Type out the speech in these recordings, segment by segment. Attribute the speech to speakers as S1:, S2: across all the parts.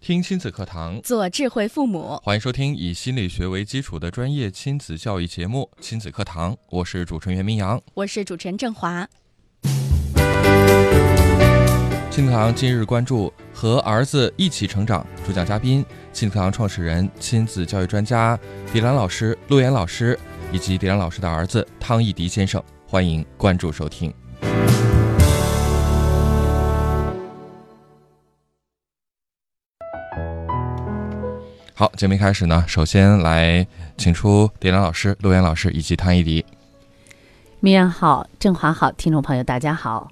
S1: 听亲子课堂，
S2: 做智慧父母。
S1: 欢迎收听以心理学为基础的专业亲子教育节目《亲子课堂》，我是主持人袁明阳。
S2: 我是主持人郑华。
S1: 亲子课堂今日关注：和儿子一起成长。主讲嘉宾：亲子课堂创始人、亲子教育专家迪兰老师、陆岩老师，以及迪兰老师的儿子汤义迪先生。欢迎关注收听。好，节目一开始呢，首先来请出迪兰老师、陆岩老师以及汤义迪。
S3: 明阳好，郑华好，听众朋友大家好。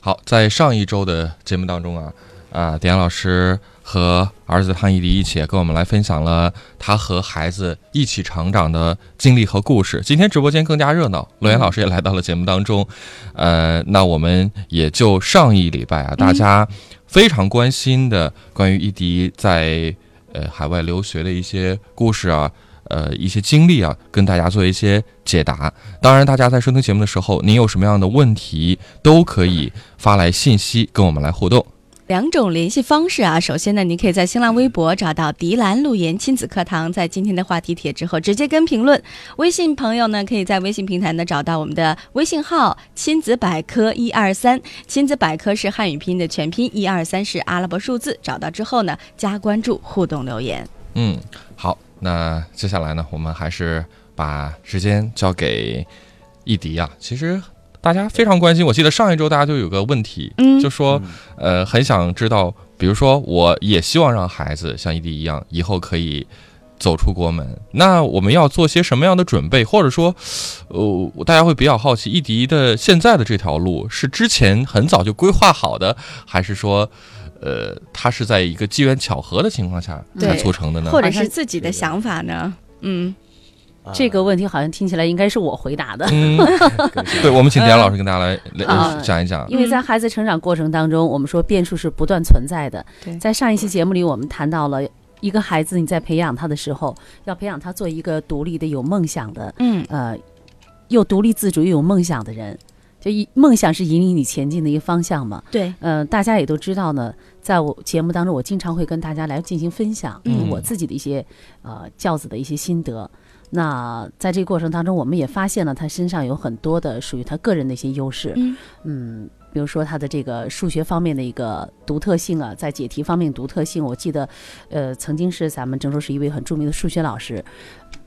S1: 好，在上一周的节目当中啊，啊，点老师和儿子汤一迪一起跟我们来分享了他和孩子一起成长的经历和故事。今天直播间更加热闹，罗岩老师也来到了节目当中。呃，那我们也就上一礼拜啊，大家非常关心的关于一迪在呃海外留学的一些故事啊。呃，一些经历啊，跟大家做一些解答。当然，大家在收听节目的时候，您有什么样的问题，都可以发来信息跟我们来互动。
S2: 两种联系方式啊，首先呢，您可以在新浪微博找到“迪兰路言亲子课堂”，在今天的话题帖之后直接跟评论。微信朋友呢，可以在微信平台呢找到我们的微信号“亲子百科一二三”，亲子百科是汉语拼音的全拼，一二三是阿拉伯数字。找到之后呢，加关注，互动留言。
S1: 嗯，好，那接下来呢，我们还是把时间交给易迪啊。其实大家非常关心，我记得上一周大家就有个问题，
S2: 嗯
S1: 就说呃，很想知道，比如说，我也希望让孩子像易迪一样，以后可以。走出国门，那我们要做些什么样的准备？或者说，呃，大家会比较好奇，易迪的现在的这条路是之前很早就规划好的，还是说，呃，他是在一个机缘巧合的情况下才
S2: 对
S1: 促成的呢？
S2: 或者是自己的想法呢？嗯，
S4: 啊
S3: 这个问题好像听起来应该是我回答的，
S1: 嗯， 对，我们请田老师跟大家来来
S3: 啊
S1: 呃讲一讲。
S3: 因为在孩子成长过程当中，我们说变数是不断存在的。
S2: 对
S3: 在上一期节目里，我们谈到了一个孩子，你在培养他的时候，要培养他做一个独立的、有梦想的，
S2: 嗯，
S3: 呃，又独立自主又有梦想的人。就一梦想是引领你前进的一个方向嘛。
S2: 对，
S3: 呃，大家也都知道呢，在我节目当中，我经常会跟大家来进行分享，
S1: 嗯
S3: 我自己的一些呃教子的一些心得。那在这个过程当中，我们也发现了他身上有很多的属于他个人的一些优势，
S2: 嗯
S3: 嗯比如说他的这个数学方面的一个独特性啊，在解题方面独特性，我记得，呃，曾经是咱们郑州市一位很著名的数学老师，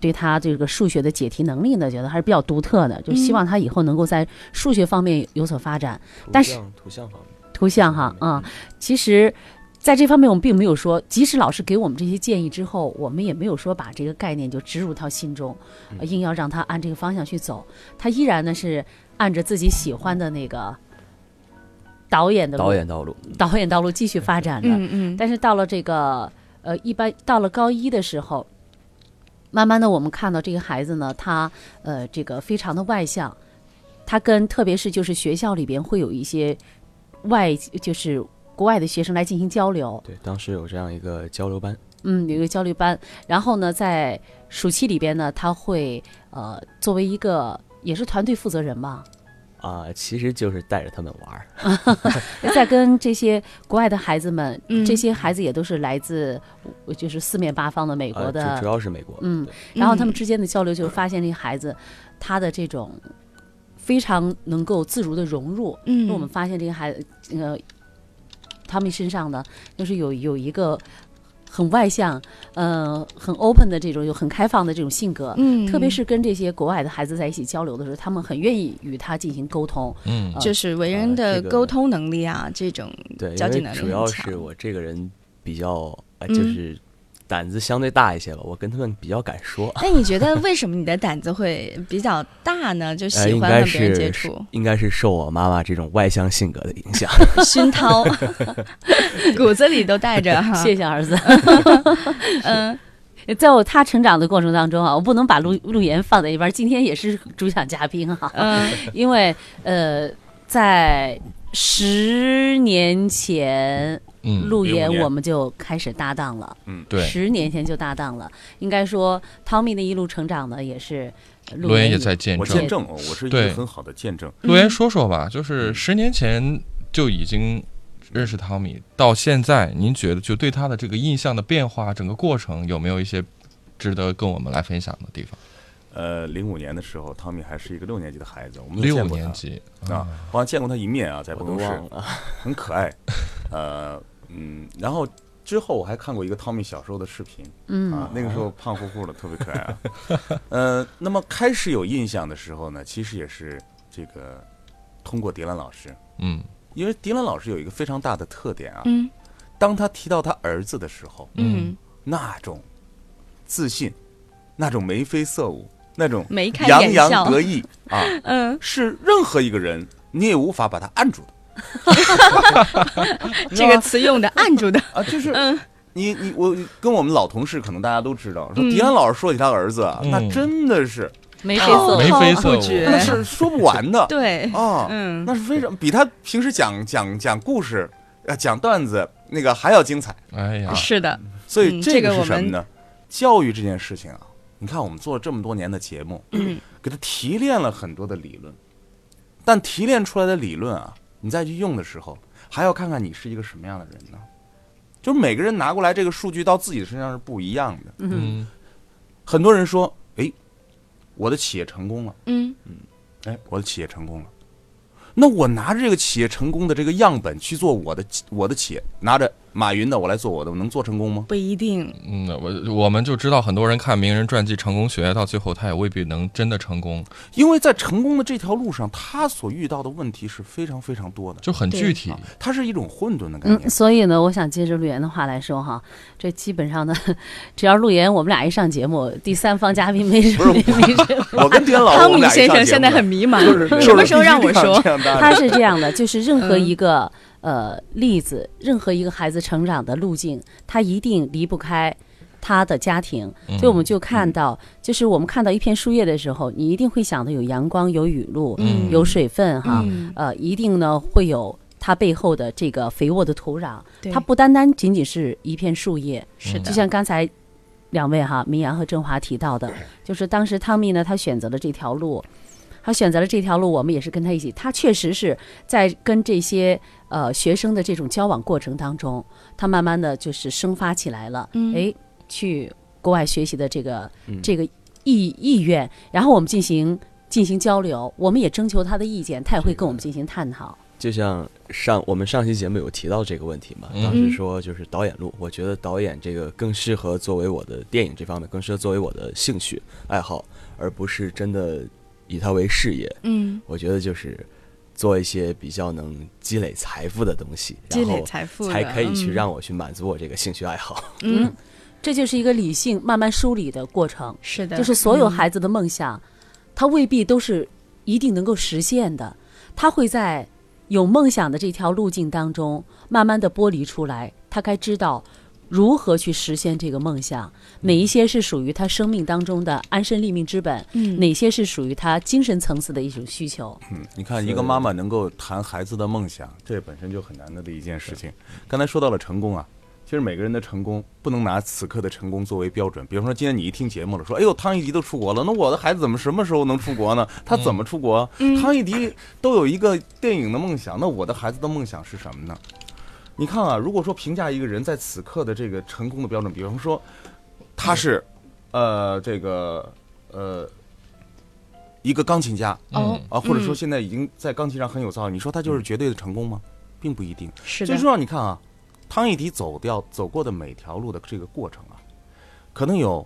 S3: 对他这个数学的解题能力呢，觉得还是比较独特的，就
S5: 嗯
S3: 希望他以后能够在数学方面有所发展。但是
S5: 图像方面，嗯
S3: 图像哈啊、其实在这方面我们并没有说，即使老师给我们这些建议之后，我们也没有说把这个概念就植入到心中，呃
S5: 嗯
S3: 硬要让他按这个方向去走，他依然呢是按着自己喜欢的那个导演的路
S5: 导演道路，
S3: 导演道路继续发展的。
S2: 嗯嗯，
S3: 但是到了这个呃，一般到了高一的时候，慢慢的我们看到这个孩子呢，他呃这个非常的外向，他跟特别是就是学校里边会有一些外就是国外的学生来进行交流，
S5: 对，当时有这样一个交流班，
S3: 嗯，有一个交流班。然后呢，在暑期里边呢，他会呃作为一个也是团队负责人嘛，
S5: 啊、其实就是带着他们玩儿，
S3: 在跟这些国外的孩子们，
S2: 嗯
S3: 这些孩子也都是来自呃就是四面八方的美国
S5: 呃，
S3: 的、
S5: 主主要是美国，
S3: 嗯
S5: 对，
S3: 然后他们之间的交流就发现这个孩子他的这种非常能够自如的融入。
S2: 嗯，
S3: 那我们发现这个孩子，呃，他们身上呢，就是有有一个很外向，呃，很 open 的这种，有很开放的这种性格。
S2: 嗯，
S3: 特别是跟这些国外的孩子在一起交流的时候，他们很愿意与他进行沟通。
S1: 嗯
S3: 啊
S2: 就是为人
S5: 呃
S2: 的
S5: 这个
S2: 沟通能力啊，这种
S5: 对，
S2: 交际
S5: 因
S2: 能
S5: 为
S2: 力
S5: 主
S2: 很
S5: 要
S2: 强
S5: 是我这个人比较，呃，
S2: 嗯
S5: 就是胆子相对大一些吧，我跟他们比较敢说，
S2: 那你觉得为什么你的胆子会比较大呢？就
S5: 呃，
S2: 喜
S5: 应
S2: 欢
S5: 该
S2: 跟别人接
S5: 是
S2: 触，
S5: 呃应该是受我妈妈这种外向性格的影响，
S2: 熏陶， 骨子里都带着哈。
S3: 谢谢儿子。
S2: 啊 嗯，
S3: 在我他成长的过程当中啊，我不能把陆陆岩放在一边儿，今天也是主讲嘉宾 哈、
S2: 嗯，
S3: 因为呃，在十年前，
S1: 嗯，
S3: 陆
S5: 05
S3: 岩
S5: 年
S3: 我们就开始搭档了，
S1: 对，
S3: 十年前就搭档了。应该说，汤米的一路成长呢，也是呃
S1: 陆岩也
S3: 的
S1: 在见
S6: 我
S1: 证
S6: 见。证哦，我是一
S1: 对
S6: 个很好的见证。嗯
S1: 陆
S3: 嗯
S1: 岩说说吧，就是十年前就已经认识汤米，到现在您觉得就对他的这个印象的变化，整个过程有没有一些值得跟我们来分享的地方？
S6: 呃，零五年的时候，汤米还是一个六年级的孩子，我们都
S1: 六
S6: 见过
S1: 年
S6: 他
S1: 级，
S6: 啊，好像见过他一面啊，在
S5: 我
S6: 办
S5: 都
S6: 公室
S5: 忘，了。
S6: 很可爱。呃，嗯，然后之后我还看过一个汤米小时候的视频，
S3: 嗯
S6: 啊，那个时候胖乎乎的，特别可爱啊。呃，那么开始有印象的时候呢，其实也是这个通过迪兰老师，
S1: 嗯
S6: 因为迪兰老师有一个非常大的特点啊，
S2: 嗯
S6: 当他提到他儿子的时候，
S2: 嗯，
S6: 那种自信，那种眉飞色舞，那种
S2: 眉开
S6: 洋
S2: 眼
S6: 洋
S2: 笑，
S6: 得意啊，
S2: 嗯，
S6: 是任何一个人你也无法把他按住的
S2: 这个词用的按住的，
S6: 啊，就是
S2: 嗯
S6: 你你我跟我们老同事可能大家都知道，
S2: 嗯
S6: 说迪兰老师说起他儿子啊，
S1: 嗯
S6: 那真的是
S3: 眉飞
S2: 滔
S3: 色
S1: 眉
S3: 舞，
S2: 滔
S1: 飞
S2: 不
S1: 色舞
S2: 绝
S6: 那是说不完的
S2: 对，
S6: 啊，
S2: 嗯
S6: 那是非常比他平时讲讲讲故事、呃讲段子那个还要精彩。
S1: 哎呀，
S2: 是的，
S6: 所
S2: 嗯
S6: 以
S2: 这
S6: 这
S2: 个
S6: 个
S2: 我
S6: 是什么
S2: 们
S6: 呢？教育这件事情啊，你看我们做了这么多年的节目，
S2: 嗯
S6: 给他提炼了很多的理论，但提炼出来的理论啊，你再去用的时候，还要看看你是一个什么样的人呢？就是每个人拿过来这个数据到自己身上是不一样的。
S3: 嗯，
S1: 嗯
S6: 很多人说，诶，我的企业成功了，
S2: 嗯
S6: 哎，我的企业成功了。那我拿着这个企业成功的这个样本去做我的我的企业，拿着马云的我来做我的，我能做成功吗？
S2: 不一定，
S1: 嗯，我我们就知道很多人看名人传记成功学，到最后他也未必能真的成功，
S6: 因为在成功的这条路上，他所遇到的问题是非常非常多的，
S1: 就很具体
S6: 啊。，它是一种混沌的概念
S3: 嗯，。所以呢，我想接着陆岩的话来说哈，这基本上呢， 只要陆岩我们俩一上节目，第三方嘉宾没什
S6: 不
S3: 么
S6: 是
S3: 没什么。
S6: 我跟田老
S2: 汤
S6: 我们
S2: 姆
S6: 俩一
S2: 先
S6: 上
S2: 生
S6: 节
S2: 现在
S6: 目
S2: 很迷茫
S6: 就是，
S2: 什么时候让我说？
S3: 他
S6: 他
S3: 是这样的，就是任何
S2: 嗯
S3: 一个、呃例子，任何一个孩子成长的路径，他一定离不开。他的家庭，
S1: 嗯
S3: 所以我们就看到，就是我们看到一片树叶的时候，你一定会想到有阳光、有雨露、
S1: 嗯
S3: 有水分哈，
S2: 嗯
S3: 呃，一定呢会有它背后的这个肥沃的土壤。
S2: 对
S3: 它不单单仅仅是一片树叶，
S2: 是的
S3: 就，像刚才两位哈，明阳和振华提到的，就是当时汤米呢，他选择了这条路，他选择了这条路，我们也是跟他一起，他确实是在跟这些呃学生的这种交往过程当中，他慢慢的就是生发起来了，
S2: 嗯
S3: 哎，去国外学习的这个、
S5: 嗯
S3: 这个意意愿，然后我们进行。进行交流，我们也征求他的意见，他也会跟我们进行探讨。
S5: 就像上我们上期节目有提到这个问题嘛，
S1: 嗯
S5: 当时说就是导演路，我觉得导演这个更适合作为我的电影这方面，更适合作为我的兴趣爱好，而不是真的以它为事业。
S2: 嗯，
S5: 我觉得就是做一些比较能积累财富的东西，
S2: 积
S5: 然
S2: 累
S5: 后
S2: 财富的
S5: 才可以去
S2: 嗯
S5: 让我去满足我这个兴趣爱好。
S2: 嗯，
S3: 这就是一个理性慢慢梳理的过程。
S2: 是的，
S3: 就是所有
S2: 嗯
S3: 孩子的梦想，他未必都是一定能够实现的，他会在有梦想的这条路径当中，慢慢的剥离出来，他该知道。如何去实现这个梦想？
S2: 嗯
S3: 哪一些是属于他生命当中的安身立命之本？
S2: 嗯
S3: 哪些是属于他精神层次的一种需求？
S6: 你看，一个妈妈能够谈孩子的梦想，这本身就很难得的一件事情。刚才说到了成功啊，其实每个人的成功不能拿此刻的成功作为标准。比如说，今天你一听节目了，说：“哎呦，汤一迪都出国了，那我的孩子怎么什么时候能出国呢？他怎么出国？汤一迪都有一个电影的梦想，那我的孩子的梦想是什么呢？”你看啊，如果说评价一个人在此刻的这个成功的标准，比方说他是，呃，这个呃，一个钢琴家，
S2: 哦
S6: 啊，或者说
S2: 嗯
S6: 现在已经在钢琴上很有造诣，你说他就是绝对的成功吗？并不一定。
S2: 是的
S6: 最，重要，你看啊，汤一迪走掉走过的每条路的这个过程啊，可能有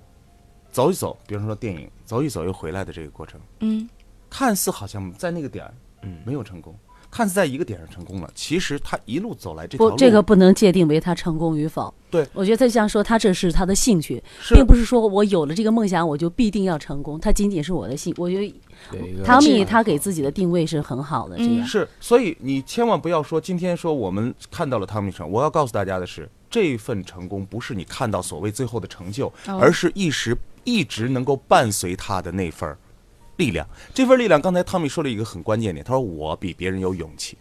S6: 走一走，比如说电影走一走又回来的这个过程，
S2: 嗯
S6: 看似好像在那个点儿
S5: 嗯，
S6: 没有成功，看似在一个点上成功了，其实他一路走来这条
S3: 不
S6: 路，，
S3: 这个不能界定为他成功与否。
S6: 对，
S3: 我觉得他这样说，他这是他的兴趣，
S6: 是
S3: 并不是说我有了这个梦想我就必定要成功。他仅仅是我的兴，我觉得
S5: 有一个
S3: 汤
S5: 兴趣
S3: 米
S5: 爱
S3: 他给
S5: 好
S3: 自己的定位是很好的，这
S2: 嗯
S3: 样
S6: 是，所以你千万不要说今天说我们看到了汤米成，我要告诉大家的是，这份成功不是你看到所谓最后的成就，
S2: 哦
S6: 而是一时一直能够伴随他的那份儿力量。这份力量，刚才汤米说了一个很关键点，他说我比别人有勇气，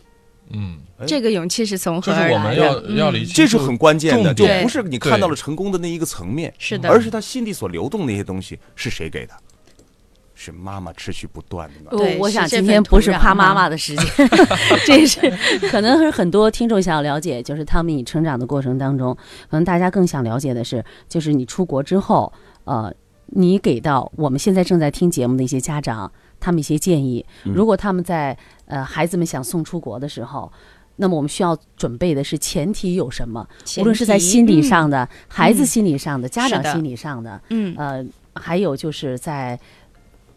S1: 嗯，
S2: 这个勇气是从何
S1: 就是
S2: 而
S1: 我
S2: 来
S1: 们
S2: 的？嗯
S1: 要
S3: 嗯
S1: 要理清，
S6: 这是很关键的，
S1: 重
S6: 就
S1: 点
S6: 不是你看到了成功的那一个层面，
S2: 是的
S6: 而是他心底所流动的那些东西是谁给的？是妈妈持续不断的。
S3: 我
S2: 对
S3: 我
S2: 哦是
S3: 想
S2: 这
S3: 今
S2: 份
S3: 天
S2: 土
S3: 不是
S2: 壤
S3: 夸
S2: 吗
S3: 妈妈的时 间，这是 可能是很多听众想要了解，就是汤米你成长的过程当中，可能大家更想了解的是，就是你出国之后，呃，你给到我们现在正在听节目的一些家长，他们一些建议，如果他们在呃孩子们想送出国的时候。那么我们需要准备的是前提有什么？无论是在心理上的、孩子
S2: 嗯
S3: 心理上的、家
S2: 是
S3: 长
S2: 的
S3: 心理上的，
S2: 嗯，嗯，
S3: 呃，还有就是在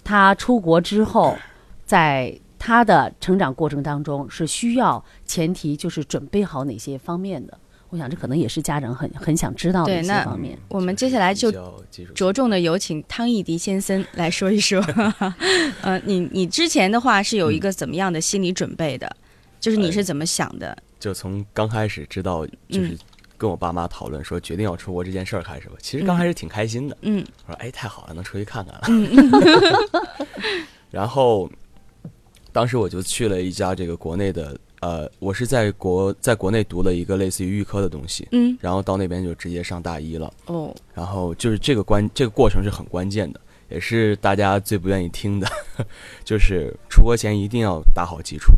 S3: 他出国之后，在他的成长过程当中是需要前提就是准备好哪些方面的。我想这可能也是家长很很想知道的
S2: 对
S3: 一些
S2: 那
S3: 方面。
S2: 我们接下来就
S5: 比较技术性
S2: 着重的有请汤义迪先生来说一 说。呃，你你之前的话是有一个怎么样的心理准备的？就是你是怎么想的？
S5: 就从刚开始知道，
S2: 嗯
S5: 就是跟我爸妈讨论说决定要出国这件事儿开始吧。其实刚开始挺开心的，
S2: 嗯
S5: 我说哎太好了，能出去看看了。 然后当时我就去了一家这个国内的，呃，我是在国在国内读了一个类似于预科的东西，
S2: 嗯，
S5: 然后到那边就直接上大一了。
S2: 哦，
S5: 然后就是这个关这个过程是很关键的，也是大家最不愿意听的， 就是出国前一定要打好基础，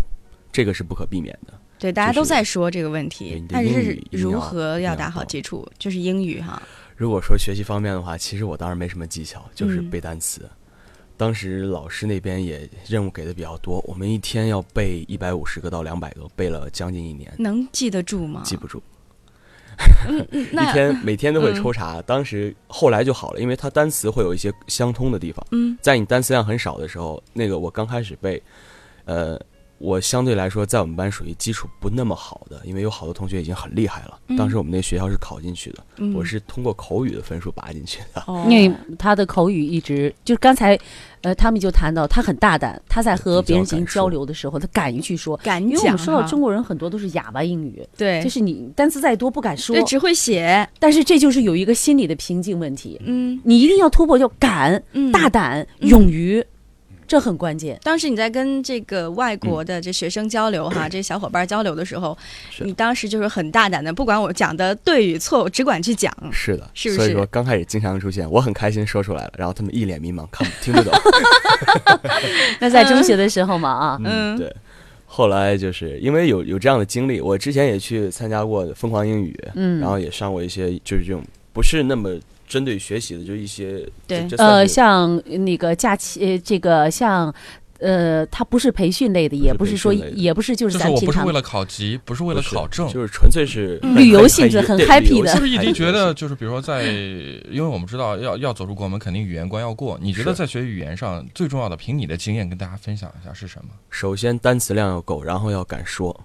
S5: 这个是不可避免的。
S2: 对，大家
S5: 就
S2: 都
S5: 是
S2: 在说这个问
S5: 对
S2: 题
S5: 你，的
S2: 但
S5: 英
S2: 是
S5: 语
S2: 是
S5: 一定要
S2: 如何
S5: 一定
S2: 要
S5: 要
S2: 打好
S5: 高
S2: 基础？就是英语哈，
S5: 如果说学习方面的话，其实我当时没什么技巧，就是
S2: 嗯
S5: 背单词。当时老师那边也任务给的比较多，我们一天要背一百五十个到两百个，背了将近一年，
S2: 能记得住吗？
S5: 记不住。一
S2: 啊那 嗯
S5: 天每天都会抽查，当时后来就好了，因为它单词会有一些相通的地方。
S2: 嗯，
S5: 在你单词量很少的时候，那个我刚开始背，呃，我相对来说在我们班属于基础不那么好的，因为有好多同学已经很厉害了。当时我们那学校是考进去的，
S2: 嗯
S5: 我是通过口语的分数拔进去的。
S2: 哦
S3: 因为他的口语一直就是刚才，呃，他们就谈到他很大胆，他在和
S5: 比较
S3: 别人进行
S5: 敢说
S3: 交流的时候，他敢于去说。
S2: 敢
S3: 因为我
S2: 讲
S3: 们说到
S2: 哈
S3: 中国人很多都是哑巴英语，
S2: 对，
S3: 就是你单词再多不敢说
S2: 对，只会写，
S3: 但是这就是有一个心理的瓶颈问题。
S2: 嗯
S3: 你一定要突破，就敢、
S2: 嗯，
S3: 大胆、
S2: 嗯
S3: 勇于，这很关键。
S2: 当时你在跟这个外国的这学生交流 哈，这小伙伴交流的时候，
S5: 嗯是
S2: 你当时就是很大胆的，不管我讲的对与错，我只管去讲。
S5: 是的，
S2: 是不
S5: 所以
S2: 是
S5: 说刚开始经常出现，我很开心说出来了，然后他们一脸迷茫，看不 听不懂。
S3: 那在中学的时候嘛，啊，
S2: 嗯，
S5: 对，后来就是因为有有这样的经历，我之前也去参加过疯狂英语，
S3: 嗯
S5: 然后也上过一些就是这种不是那么针对学习的，就一些
S2: 对
S5: 这这算
S3: 呃，
S5: 是
S3: 像那个假期，呃，这个像，呃，它不是培训类的，
S5: 不是
S3: 也不是说，
S5: 培训类的
S3: 也不是就
S1: 就是
S3: 咱
S1: 我
S3: 平
S1: 不是
S3: 常
S1: 为了考级，不是为了考证，
S5: 就是纯粹是
S2: 嗯
S5: 很
S3: 旅游
S5: 很
S3: 性质很
S5: 对
S3: happy
S5: 旅游
S3: 的
S1: 是
S5: 性质
S1: 不是一
S5: 很
S1: 直觉得
S5: 有
S1: 就是比如说在，因为我们知道要要走出国门，肯定语言关要过。你觉得
S5: 是
S1: 在学语言上最重要的，凭你的经验跟大家分享一下是什么？
S5: 首先单词量要够，然后要敢说，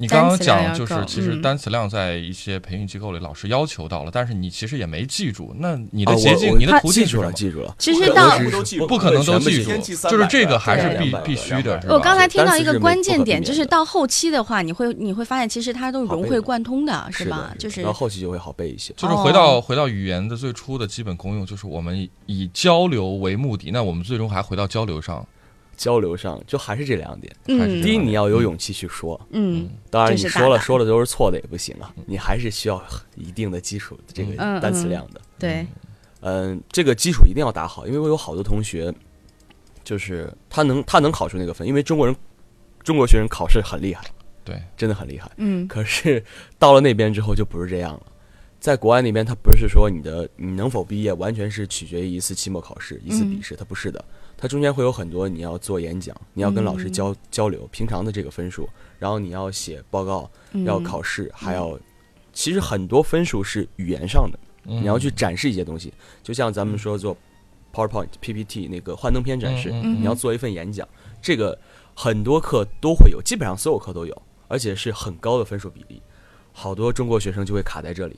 S1: 你刚刚
S2: 单词量要
S1: 讲就是
S2: 够，
S1: 其实
S2: 嗯
S1: 单词量在一些培训机构里老师要求到了，但是你其实也没记住。那你
S5: 啊
S1: 的
S5: 我
S1: 捷径，
S5: 我
S1: 你的途
S5: 记
S1: 径是
S5: 住
S1: 什
S5: 了，
S1: 么？
S5: 记住了。
S2: 其实
S5: 我
S2: 到
S5: 我只
S6: 都记住
S1: 不可能都记
S5: 全部
S1: 住，
S6: 天气三百
S1: 就是这个还是
S2: 对
S1: 必
S5: 200
S1: 必须的，
S5: 200
S1: 是吧？
S2: 我刚才听到
S5: 但
S2: 一
S5: 是
S2: 个
S5: 没
S2: 关
S5: 不
S2: 键
S5: 可
S2: 点，
S5: 避
S2: 就
S5: 免
S2: 是
S5: 的
S2: 到后期的话，你会你会发现，其实它都是
S5: 好
S2: 融
S5: 背
S2: 会
S5: 的
S2: 贯通的，是
S5: 的
S2: 吧？
S5: 的
S2: 就是
S5: 到后期就会好背一些。
S1: 就是回
S5: 哦
S1: 到回到语言的最初的基本功用，就是我们以以交流为目的，那我们最终还回到交流上。
S5: 交流上就还是这两点，
S1: 还是
S2: 嗯
S5: 第一你要有勇气去说，
S2: 嗯，
S5: 当然你
S2: 这是
S5: 说
S2: 大
S5: 了
S2: 胆
S5: 说的都是错的也不行啊，你还是需要一定的基础的这个
S2: 嗯
S5: 单词量的。
S2: 对，
S5: 嗯，这个基础一定要打好，因为我有好多同学，就是他能他能考出那个分，因为中国人中国学生考试很厉害，
S1: 对，
S5: 真的很厉害。
S2: 嗯
S5: 可是到了那边之后就不是这样了，在国外那边他不是说你的你能否毕业完全是取决于一次期末考试、一次笔试，它不是的，它中间会有很多你要做演讲，你要跟老师交交流，平常的这个分数，然后你要写报告，
S2: 嗯，
S5: 要考试，还要其实很多分数是语言上的。
S1: 你
S5: 你要去展示一些东西，就像咱们说做 PowerPoint、PPT 那个幻灯片展示，
S2: 嗯
S5: 你要做一份演讲，这个很多课都会有，基本上所有课都有，而且是很高的分数比例。好多中国学生就会卡在这里，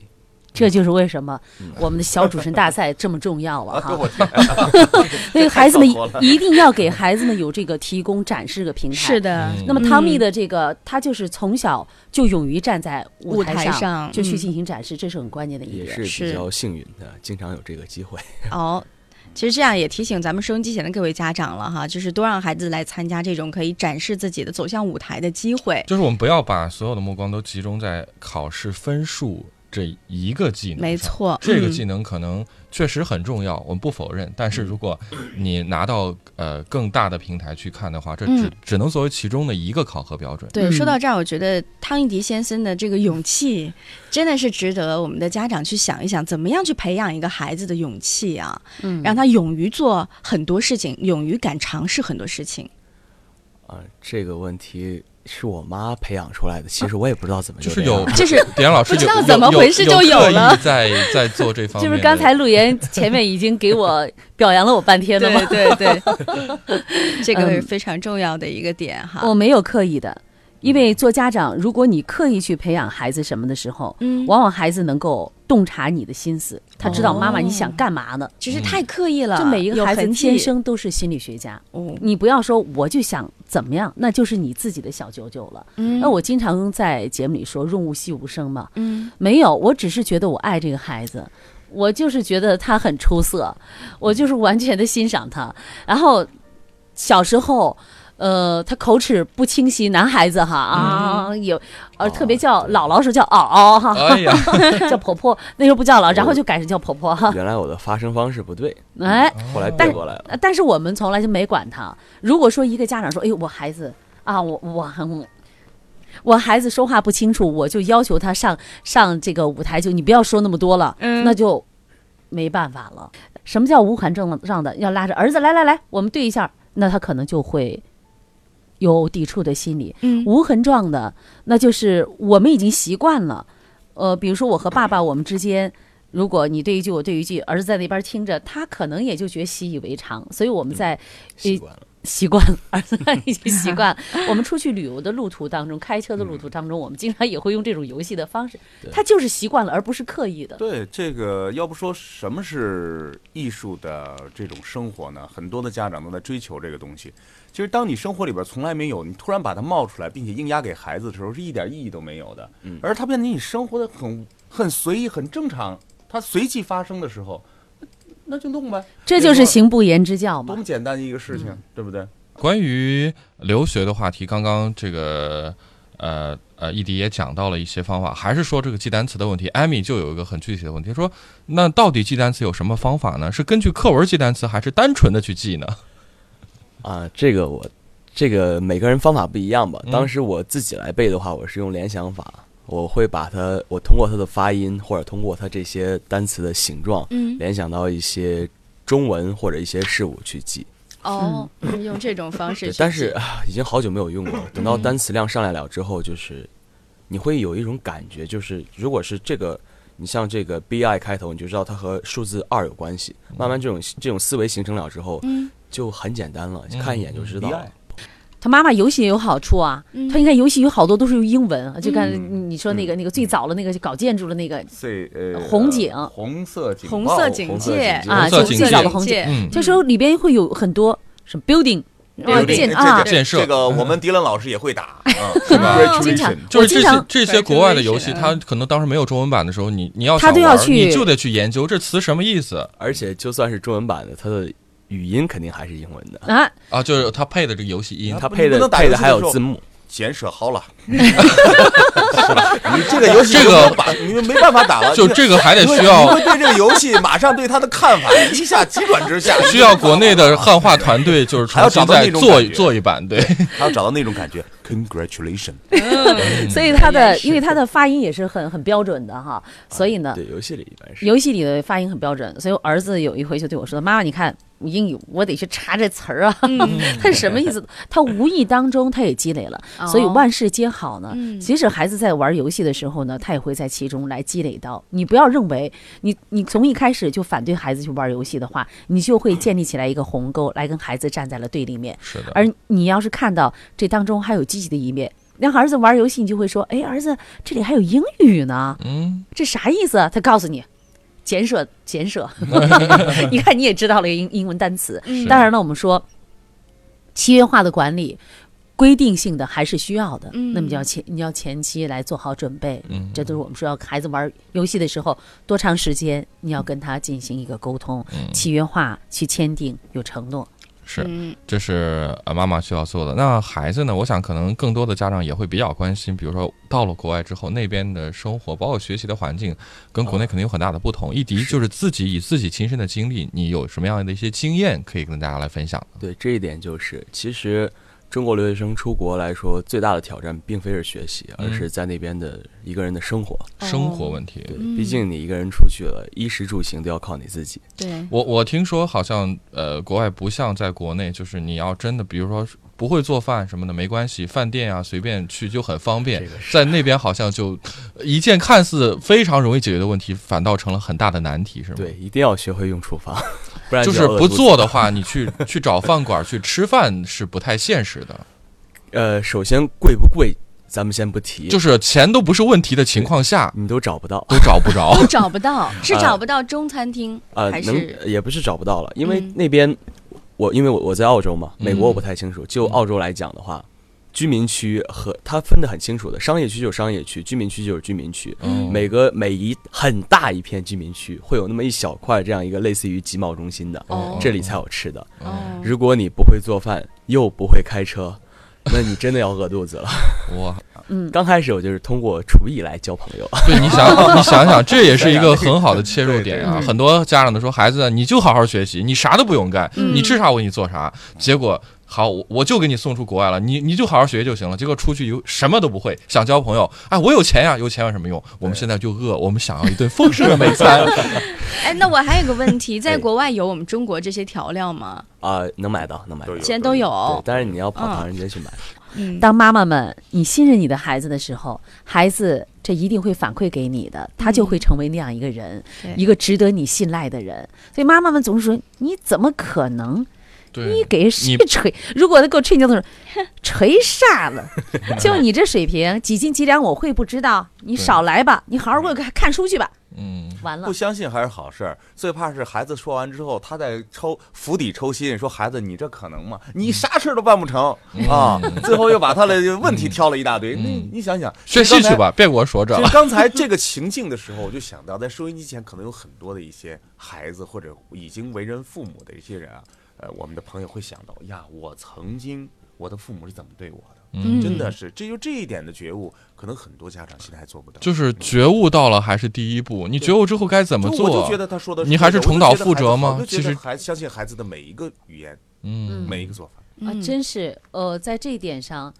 S3: 这就是为什么我们的小主持人大赛 这么重要 了哈。
S6: 天，
S3: 所以哦孩子 们
S6: 太恼火了
S3: 一定要给孩子们有这个提供展示个平台。
S2: 是。的，
S5: 嗯
S3: 那么汤米的这个，他就是从小就勇于站在舞
S2: 舞
S3: 台
S2: 台上
S3: 就去
S2: 嗯
S3: 进行展示，这是很关键的一
S5: 也
S3: 点。
S5: 是
S2: 是
S5: 比较幸运的，经常有这个机会。
S2: 哦。其实这样也提醒咱们收音机前的各位家长了哈，就是多让孩子来参加这种可以展示自己的、走向舞台的机会。
S1: 就是我们不要把所有的目光都集中在考试分数这一个技能上，
S2: 没错，
S1: 这个
S2: 嗯
S1: 技能可能确实很重要，我们不否认。但是如果你拿到呃更大的平台去看的话，这只、
S2: 嗯
S1: 只能作为其中的一个考核标准。
S2: 对，
S3: 嗯
S2: 说到这儿，我觉得汤一迪先生的这个勇气，真的是值得我们的家长去想一想，怎么样去培养一个孩子的勇气啊，
S3: 嗯，
S2: 让他勇于做很多事情，勇于敢尝试很多事情。
S5: 啊，这个问题是我妈培养出来的，其实我也不知道怎么
S1: 就
S5: 就是这样
S1: 有，
S2: 就是
S1: 点老师
S2: 不知道
S1: 有
S2: 怎么
S1: 有
S2: 回事就有
S1: 有刻意
S2: 了
S1: 在在做这方
S3: 就
S1: 面的。
S3: 是刚才陆岩前面已经给我 表扬了我半天了吗？
S2: 对对，这个是
S3: 嗯
S2: 非常重要的一个点 哈。
S3: 我没有刻意的，因为做家长，如果你刻意去培养孩子什么的时候，
S2: 嗯，
S3: 往往孩子能够洞察你的心思，他知道妈妈
S2: 哦
S3: 你想干嘛呢。
S2: 只是太刻意了，
S3: 就每一个
S2: 有
S3: 孩子
S2: 痕迹
S3: 天，生都是心理学家，
S2: 哦
S3: 你不要说我就想怎么样，那就是你自己的小九九了。
S2: 嗯
S3: 那我经常在节目里说“润物细无声”嘛，
S2: 嗯
S3: 没有，我只是觉得我爱这个孩子，我就是觉得他很出色，我就是完全的欣赏他。然后小时候，呃，他口齿不清晰，男孩子哈啊、有，呃，特别叫姥姥时叫嗷嗷哈，
S1: 哎呀，
S3: 叫婆婆，那时候不叫姥，然后就改成叫婆婆哈。
S5: 原来我的发声方式不对，
S3: 哎，
S5: 后来
S3: 但
S5: 变过来了。
S3: 呃但是我们从来就没管他。如果说一个家长说：“哎呦，我孩子啊，我我很。”我孩子说话不清楚，我就要求他上上这个舞台，就你不要说那么多了，
S2: 嗯
S3: 那就没办法了。什么叫无痕症状的？要拉着儿子来来来，我们对一下，那他可能就会有抵触的心理。
S2: 嗯
S3: 无痕状的，那就是我们已经习惯了。呃，比如说我和爸爸，我们之间，如果你对一句，我对一句，儿子在那边听着，他可能也就觉得习以为常，所以我们在
S5: 习
S2: 呃
S5: 惯了，
S3: 习惯了，儿子他已经习惯了。我们出去旅游的路途当中，开车的路途当中，我们经常也会用这种游戏的方式，他就是习惯了，而不是刻意的。
S6: 对这个，要不说什么是艺术的这种生活呢？很多的家长都在追求这个东西。其实，当你生活里边从来没有，你突然把它冒出来，并且硬压给孩子的时候，是一点意义都没有的。嗯，而它变得你生活的很很随意、很正常，它随即发生的时候，那那就弄呗，
S3: 这就是行不言之教
S6: 多
S3: 嘛
S6: 么。简单的一个事情，对不对？
S1: 关于留学的话题，刚刚这个呃呃，易迪也讲到了一些方法，还是说这个记单词的问题。艾米就有一个很具体的问题，说那到底记单词有什么方法呢？是根据课文记单词，还是单纯的去记呢？
S5: 啊，这个我，这个每个人方法不一样吧。
S1: 嗯
S5: 当时我自己来背的话，我是用联想法，我会把它，我通过它的发音，或者通过它这些单词的形状，
S2: 嗯
S5: 联想到一些中文或者一些事物去记。
S2: 哦，用这种方式
S5: 对
S2: 去，
S5: 但是啊，已经好久没有用过了。等到单词量上来了之后，就是你会有一种感觉，就是如果是这个，你像这个 B I 开头，你就知道它和数字二有关系。慢慢这种这种思维形成了之后，就很简单了，看一眼就知道了。
S3: 他妈妈游戏也有好处啊，他你看游戏有好多都是用英文啊，就看
S2: 嗯
S3: 你说那个那个最早的那个搞建筑的那个，
S6: 这呃，
S3: 红警
S6: 红色警报，
S2: 红色警戒
S5: 红
S3: 啊，
S1: 红色
S5: 色警戒
S3: 就
S1: 警
S3: 最
S1: 戒
S3: 早的红警，
S1: 嗯，
S3: 这时候里边会有很多什么 building 啊
S6: 这个
S3: 建
S6: 这
S3: 啊
S6: 这，
S1: 建设
S6: 这个我们迪伦老师也会打，啊，
S3: 经常
S1: 就
S3: 我
S1: 是这
S3: 经
S1: 些
S3: 常
S1: 这些国外的游戏，它可能当时没有中文版的时候，你你要
S3: 它
S1: 想
S3: 都要
S1: 玩
S3: 去
S1: 你就得去研究这词什么意思
S5: 而且就算是中文版的，它的语音肯定还是英文的，
S3: 啊，
S1: 啊，就是它配的这个游戏音
S6: 啊。
S5: 它配
S6: 不
S5: 的
S6: 能打
S5: 配
S6: 游
S5: 的
S6: 戏
S5: 还
S6: 的
S5: 有
S6: 时候
S5: 字幕。
S6: 简舍好了，你这个游戏
S1: 这个
S6: 没法你们没办法打了，
S1: 就
S6: 你
S1: 这个还得
S6: 你会
S1: 需
S6: 你
S1: 要
S6: 会对这个游戏马上对它的看法一下急转直下，
S1: 需要国内的汉化团队，就是重新再做一做一 版，对，
S6: 还要找到那种感觉。Congratulation，
S2: 嗯
S3: 所以它的
S2: 哎也是啊
S3: 因为它的发音也是很很标准的哈，所以呢，
S5: 对，游戏里一般是。
S3: 游戏里的发音很标准，所以我儿子有一回就对我说：“妈妈，你看英语，我得去查这词儿啊，它是什么意思？” 他无意当中他也积累了，
S2: 哦
S3: 所以万事皆好呢。
S2: 嗯
S3: 即使孩子在玩游戏的时候呢，他也会在其中来积累到。你不要认为你你从一开始就反对孩子去玩游戏的话，你就会建立起来一个鸿沟，来跟孩子站在了对立面。
S1: 是的，
S3: 而你要是看到这当中还有积极的一面，让儿子玩游戏，你就会说，哎，儿子，这里还有英语呢，
S1: 嗯，
S3: 这啥意思啊？他告诉你，简舍简舍， 你看你也知道了一个英英文单词。
S2: 嗯
S3: 当然了，我们说契约化的管理。规定性的还是需要的，
S2: 嗯
S3: 那么就要前你要前期来做好准备，
S1: 嗯
S3: 这都是我们说要孩子玩游戏的时候多长时间，你要跟他进行一个沟通，契约化去签订有承诺，
S1: 是，
S2: 嗯
S1: 这是呃妈妈需要做的。那孩子呢？我想可能更多的家长也会比较关心，比如说到了国外之后，那边的生活包括学习的环境，跟国内肯定有很大的不同。一迪嗯就是自己以自己亲身的经历，你有什么样的一些经验可以跟大家来分享的？
S5: 对，这一点就是，其实中国留学生出国来说，最大的挑战并非是学习，而
S1: 嗯
S5: 是在那边的一个人的生活。
S1: 生活
S2: 哦
S1: 问题。
S5: 对，毕竟你一个人出去了，衣食住行都要靠你自己。
S2: 对，
S1: 我我听说好像呃，国外不像在国内，就是你要真的，比如说不会做饭什么的没关系，饭店啊随便去就很方便。在那边好像就一件看似非常容易解决的问题，反倒成了很大的难题，是吗？
S5: 对，一定要学会用厨房，不然
S1: 就
S5: 你
S1: 是
S5: 要饿
S1: 不
S5: 肚子
S1: 做的话，你去去找饭馆去吃饭是不太现实的。
S5: 呃，首先贵不贵，咱们先不提，
S1: 就是钱都不是问题的情况下，
S5: 你都找不到。
S1: 都找不 着。
S2: 都找不
S3: 哦
S2: 到，是找不到中餐厅，
S5: 呃，
S2: 还
S5: 能
S2: 是
S5: 也不是找不到了，因为
S2: 嗯
S5: 那边我因为我我在澳洲嘛，美国我不太清楚。就
S1: 嗯
S5: 澳洲来讲的话，居民区和它分得很清楚的，商业区就是商业区，居民区就是居民区。
S1: 嗯
S5: 每个每一很大一片居民区会有那么一小块这样一个类似于集贸中心的，
S2: 哦
S5: 这里才有吃的。
S2: 哦，
S5: 如果你不会做饭又不会开车，那你真的要饿肚子了。
S1: 哇，
S5: 刚开始我就是通过厨艺来交朋友，
S1: 对，你 想你想想，这也是一个很好的切入点
S6: 对嗯
S1: 啊。
S2: 对对
S1: 很多家长都说，孩子，你就好好学习，你啥都不用干，
S2: 嗯
S1: 你吃啥我给你做啥。结果好，我我就给你送出国外了，你你就好好学习就行了。结果出去有什么都不会，想交朋友，哎，我有钱呀，有钱有什么用？我们现在就饿，我们想要一顿 丰盛的美餐。
S2: 哎，那我还有个问题， 在
S5: 哎
S2: 国外有我们中国这些调料吗？
S5: 啊、能买到，能买到
S6: 都。有
S2: 现在都
S5: 对
S2: 有，，
S5: 但是你要跑唐人街去买，
S2: 嗯，
S3: 当妈妈们，你信任你的孩子的时候，孩子这一定会反馈给你的，他就会成为那样一个人，
S2: 对
S3: 一个值得你信赖的人。所以妈妈们总是说：“你怎么可能？你
S1: 对，
S3: 给谁
S1: 你
S3: 吹？如果他给我吹牛的时候， 吹啥 了？就你这水平，几斤几两我会不知道？你
S1: 对
S3: 少来吧，你好好给我看看书去吧。
S1: 嗯。”
S3: 完了
S6: 不，相信还是好事儿，最怕是孩子说完之后，他在抽釜底抽薪，说孩子你这可能吗？
S1: 嗯
S6: 你啥事儿都办不成啊！最后又把他的问
S1: 嗯
S6: 题挑了一大堆。那你想想，
S1: 学习
S6: 刚才
S1: 去吧，别给我说这
S6: 其实
S1: 了。
S6: 刚才这个情境的时候，我就想到，在收音机前可能有很多的一些孩子或者已经为人父母的一些人啊，呃，我们的朋友会想到呀，我曾经我的父母是怎么对我的，
S2: 嗯
S6: 真的是，这就这一点的觉悟，可能很多家长现在还做不到。
S1: 就是觉悟到了还是第一步，你觉悟之后该怎么
S6: 就
S1: 做？
S6: 我就觉得他说的对的，
S1: 你还是重蹈覆辙吗
S6: 我就觉得孩子好我就
S1: 其
S6: 觉
S1: 实
S6: 得还相信孩子的每一个语言，
S1: 嗯，
S6: 每一个做法。
S3: 啊，
S2: 嗯
S3: 真是，呃，在这一点上，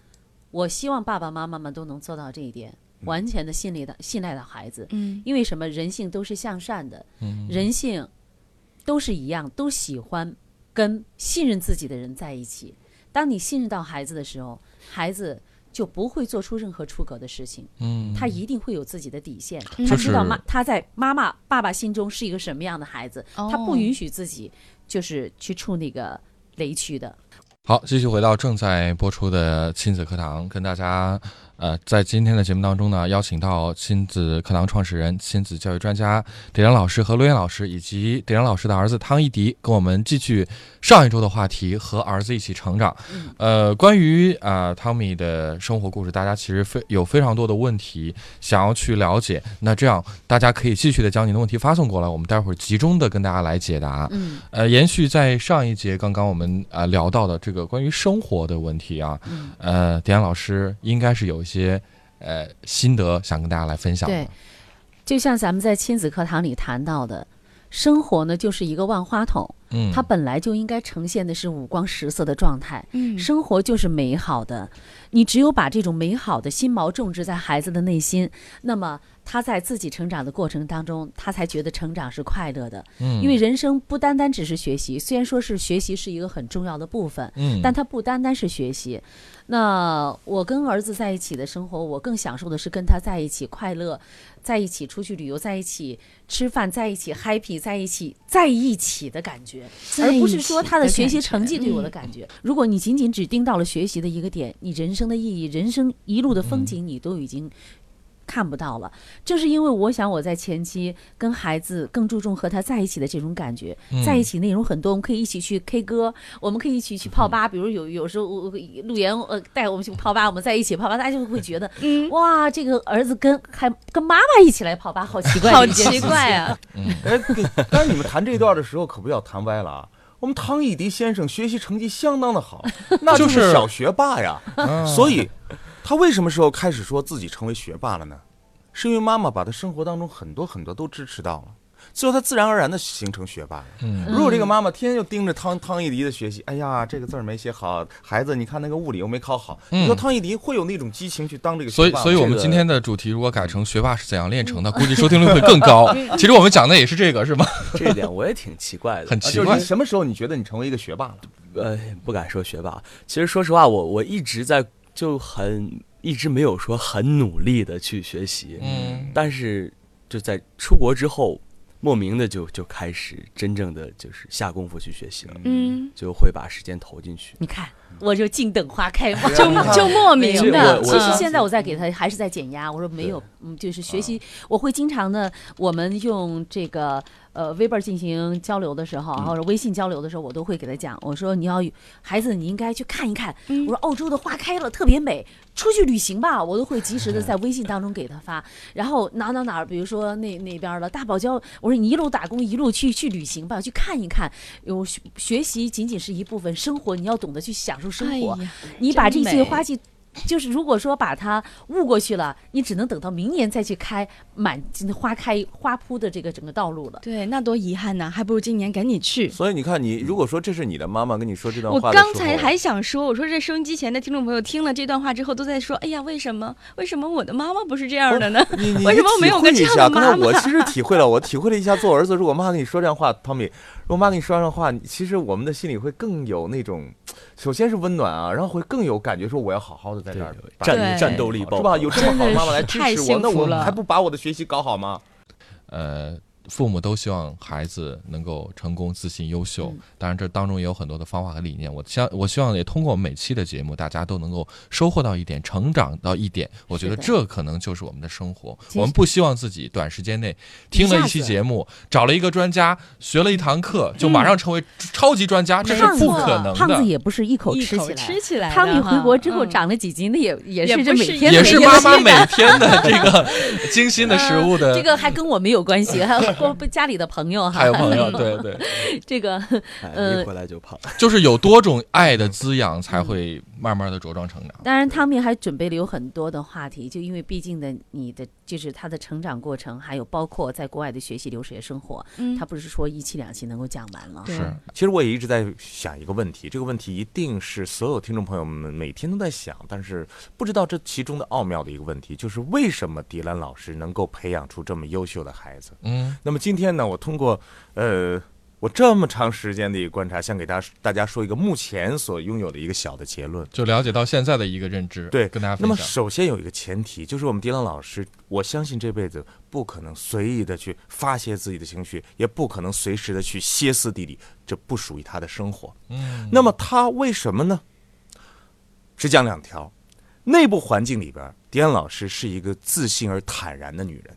S3: 我希望爸爸妈妈们都能做到这一点，
S1: 嗯
S3: 完全的信赖的信赖到孩子。
S2: 嗯
S3: 因为什么？人性都是向善的，
S1: 嗯
S3: 人性都是一样，都喜欢跟信任自己的人在一起。当你信任到孩子的时候，孩子就不会做出任何出格的事情，
S1: 嗯，
S3: 他一定会有自己的底线。
S2: 嗯
S3: 他
S1: 就
S3: 知道
S1: 是
S3: 妈他在妈妈、爸爸心中是一个什么样的孩子，他
S2: 哦
S3: 不允许自己就是去触那个雷区的。
S1: 好，继续回到正在播出的亲子课堂，跟大家，呃，在今天的节目当中呢，邀请到亲子课堂创始人、亲子教育专家点亮老师和陆岩老师，以及点亮老师的儿子汤一迪，跟我们继续上一周的话题，和儿子一起成长。呃，关于啊、呃、汤米的生活故事，大家其实非有非常多的问题想要去了解。那这样，大家可以继续的将您的问题发送过来，我们待会儿集中的跟大家来解答。
S3: 嗯，
S1: 呃，延续在上一节刚刚我们啊、呃聊到的这个关于生活的问题啊，
S3: 嗯
S1: 呃，点老师应该是有一些呃心得想跟大家来分享的。
S3: 对，就像咱们在亲子课堂里谈到的，生活呢就是一个万花筒。
S1: 嗯，
S3: 它本来就应该呈现的是五光十色的状态。
S2: 嗯
S3: 生活就是美好的，你只有把这种美好的心锚种植在孩子的内心，那么他在自己成长的过程当中，他才觉得成长是快乐的。
S1: 嗯
S3: 因为人生不单单只是学习，虽然说是学习是一个很重要的部分，
S1: 嗯，
S3: 但它不单单是学习。那我跟儿子在一起的生活，我更享受的是跟他在一起快乐，在一起出去旅游，在一起吃饭，在一起 happy，在一起在一起的感觉。人，
S2: 在
S3: 而不
S2: 一
S3: 是
S2: 起嗯
S3: 说他的
S2: 的
S3: 学
S2: 感
S3: 习
S2: 觉
S3: 成绩对我的感觉。如果你仅仅只盯到了学习的一个点，你人生的意义、人生一路的风景，你都已经。看不到了，正是因为我想我在前期跟孩子更注重和他在一起的这种感觉，
S1: 嗯
S3: 在一起内容很多，我们可以一起去 K 歌，我们可以一起去泡吧，比如有有时候我我陆岩呃带我们去泡吧，我们在一起泡吧，大家就会觉得
S2: 嗯，
S3: 哇，这个儿子跟还跟妈妈一起来跑吧，好奇怪，
S2: 好奇怪啊！
S6: 哎，对但是你们谈这一段的时候可不要谈歪了啊！我们汤易迪先生学习成绩相当的 好，那就
S1: 就是嗯
S6: 是小学霸 呀。所以，他为什么时候开始说自己成为学霸了呢？是因为妈妈把他生活当中很多很多都支持到了，最后他自然而然的形成学霸了。
S1: 嗯
S6: 如果这个妈妈天天就盯着汤汤易迪的学习，哎呀，这个字儿没写好，孩子你看那个物理又没考好，你说汤易迪会有那种激情去当这个
S1: 嗯所
S6: 学
S1: 以，
S6: 霸吗？
S1: 所以我们
S5: 这个
S1: 今天的主题如果改成“学霸是怎样炼成 的”，估计收听率会更高。其实我们讲的也是这个，是吗？
S5: 这一点我也挺奇怪 的，
S1: 很
S5: 啊
S1: 奇
S5: 就是
S6: 就是
S1: 怪
S6: 你什么时候你觉得你成为一个学霸了？
S5: 呃，不敢说学霸。啊其实说实话，我我一直在就很一直没有说很努力的去学习，
S1: 嗯，
S5: 但是就在出国之后，莫名的就就开始真正的就是下功夫去学习了，
S2: 嗯，
S5: 就会把时间投进去。
S3: 你看，我就静等花开嘛。
S2: 就就莫名的，嗯
S5: 我
S3: 其实
S5: 我
S3: 现在我在给他还是在减压，我说没有，嗯，就是学
S5: 啊
S3: 习，我会经常的，我们用这个呃 Viber 进行交流的时候，
S5: 嗯
S3: 或者微信交流的时候，我都会给他讲，我说你要孩子，你应该去看一看，
S2: 嗯
S3: 我说澳洲的花开了特别美，出去旅行吧，我都会及时
S5: 嗯
S3: 的在微信当中给他发，然后哪哪哪儿，比如说那那边儿了大堡礁，我说你一路打工一路去去旅行吧，去看一看，有学学习仅仅是一部分，生活你要懂得去享受生活，
S2: 哎呀
S3: 你把这
S2: 真
S3: 些
S2: 美
S3: 花季，就是如果说把它误过去了，你只能等到明年再去开满花开花铺的这个整个道路了。
S2: 对，那多遗憾呐，还不如今年赶紧去。
S6: 所以你看，你
S5: 嗯
S6: 如果说这是你的妈妈跟你说这段
S2: 我
S6: 话的时候，
S2: 刚才还想说，我说这收音机前的听众朋友听了这段话之后，都在说：“哎呀，为什么？为什么我的妈妈不是这样 的呢？
S6: 你你
S2: 为什么我没有个这样的
S6: 体会一
S2: 妈妈
S6: 下刚才我其 实体会了，我体会了一下做儿子，如果妈跟你说这样话，汤米，如果妈跟你说这样话，其实我们的心里会更有那种，首先是温暖啊，然后会更有感觉，说我要好好的在这儿把
S5: 战
S2: 对
S5: 战斗力爆
S6: 是吧？
S5: 棚，
S6: 有这么好的妈妈来支
S2: 真的是太
S6: 持
S2: 幸
S6: 我，
S2: 福
S6: 那我
S2: 了
S6: 还不把我的学习搞好吗？
S1: 呃，父母都希望孩子能够成功、自信、优
S3: 嗯
S1: 秀。当然，这当中也有很多的方法和理念。我相我希望也通过我们每期的节目，大家都能够收获到一点，成长到一点。我觉得
S3: 是的
S1: 这可能就是我们的生活。
S3: 其实
S1: 我们不希望自己短时间内听了一期
S3: 一下子
S1: 节目，找了一个专家，学了一堂课，就马上成为超级专家，这是
S3: 嗯胖子
S1: 不可能的。
S3: 胖子也不是一口
S2: 一
S3: 吃
S2: 口
S3: 起来
S2: 吃。起来的哈。
S3: 汤米回国之后
S2: 嗯
S3: 长了几斤，那也也
S2: 也
S3: 是
S2: 不
S3: 这
S2: 是
S3: 每
S2: 一
S3: 天
S2: 个
S1: 也
S3: 的
S1: 是
S3: 一个
S1: 妈妈
S3: 吃
S1: 每天的这个精心的食物的，
S3: 呃这个还跟我没有关系，还有跟家里的朋友哈。
S1: 还有朋友，对对，
S3: 嗯这个
S5: 哎，
S3: 呃
S5: 一回来就胖。
S1: 就是有多种爱的滋养，才会慢慢的茁壮成长。
S3: 当然，汤米还准备了有很多的话题，就因为毕竟的你的就是他的成长过程，还有包括在国外的学习、留学生活，
S2: 嗯
S3: 他不是说一期两期能够讲完了。
S2: 对
S1: 是
S6: 其实我也一直在想一个问题，这个问题一定是所有听众朋友们每天都在想，但是不知道这其中的奥妙的一个问题，就是为什么迪兰老师能够培养出这么优秀的孩子？
S1: 嗯，
S6: 那么今天呢，我通过呃我这么长时间的一个观察，想给大家大家说一个目前所拥有的一个小的结论。
S1: 就了解到现在的一个认知，
S6: 对，
S1: 跟大家
S6: 那
S1: 分
S6: 么
S1: 享。
S6: 首先有一个前提，就是我们迪朗老师，我相信这辈子不可能随意的去发泄自己的情绪，也不可能随时的去歇斯底里，这不属于他的生活。
S1: 嗯，
S6: 那么他为什么呢？只讲两条，内部环境里边，迪安老师是一个自信而坦然的女人，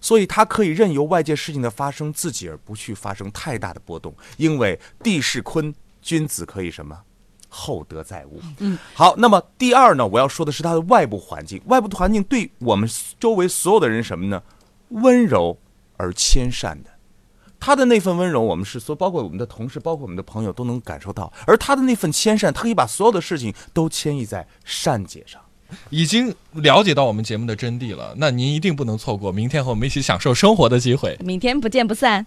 S6: 所以她可以任由外界事情的发生，自己而不去发生太大的波动，因为地势坤，君子可以什么？厚德载物。嗯，好，那么第二呢，我要说的是他的外部环境。外部环境对我们周围所有的人什么呢？温柔而谦善的。他的那份温柔，我们是说，包括我们的同事，包括我们的朋友都能感受到。而他的那份谦善，他可以把所有的事情都迁移在善解上。
S1: 已经了解到我们节目的真谛了，那您一定不能错过明天和我们一起享受生活的机会。
S2: 明天不见不散。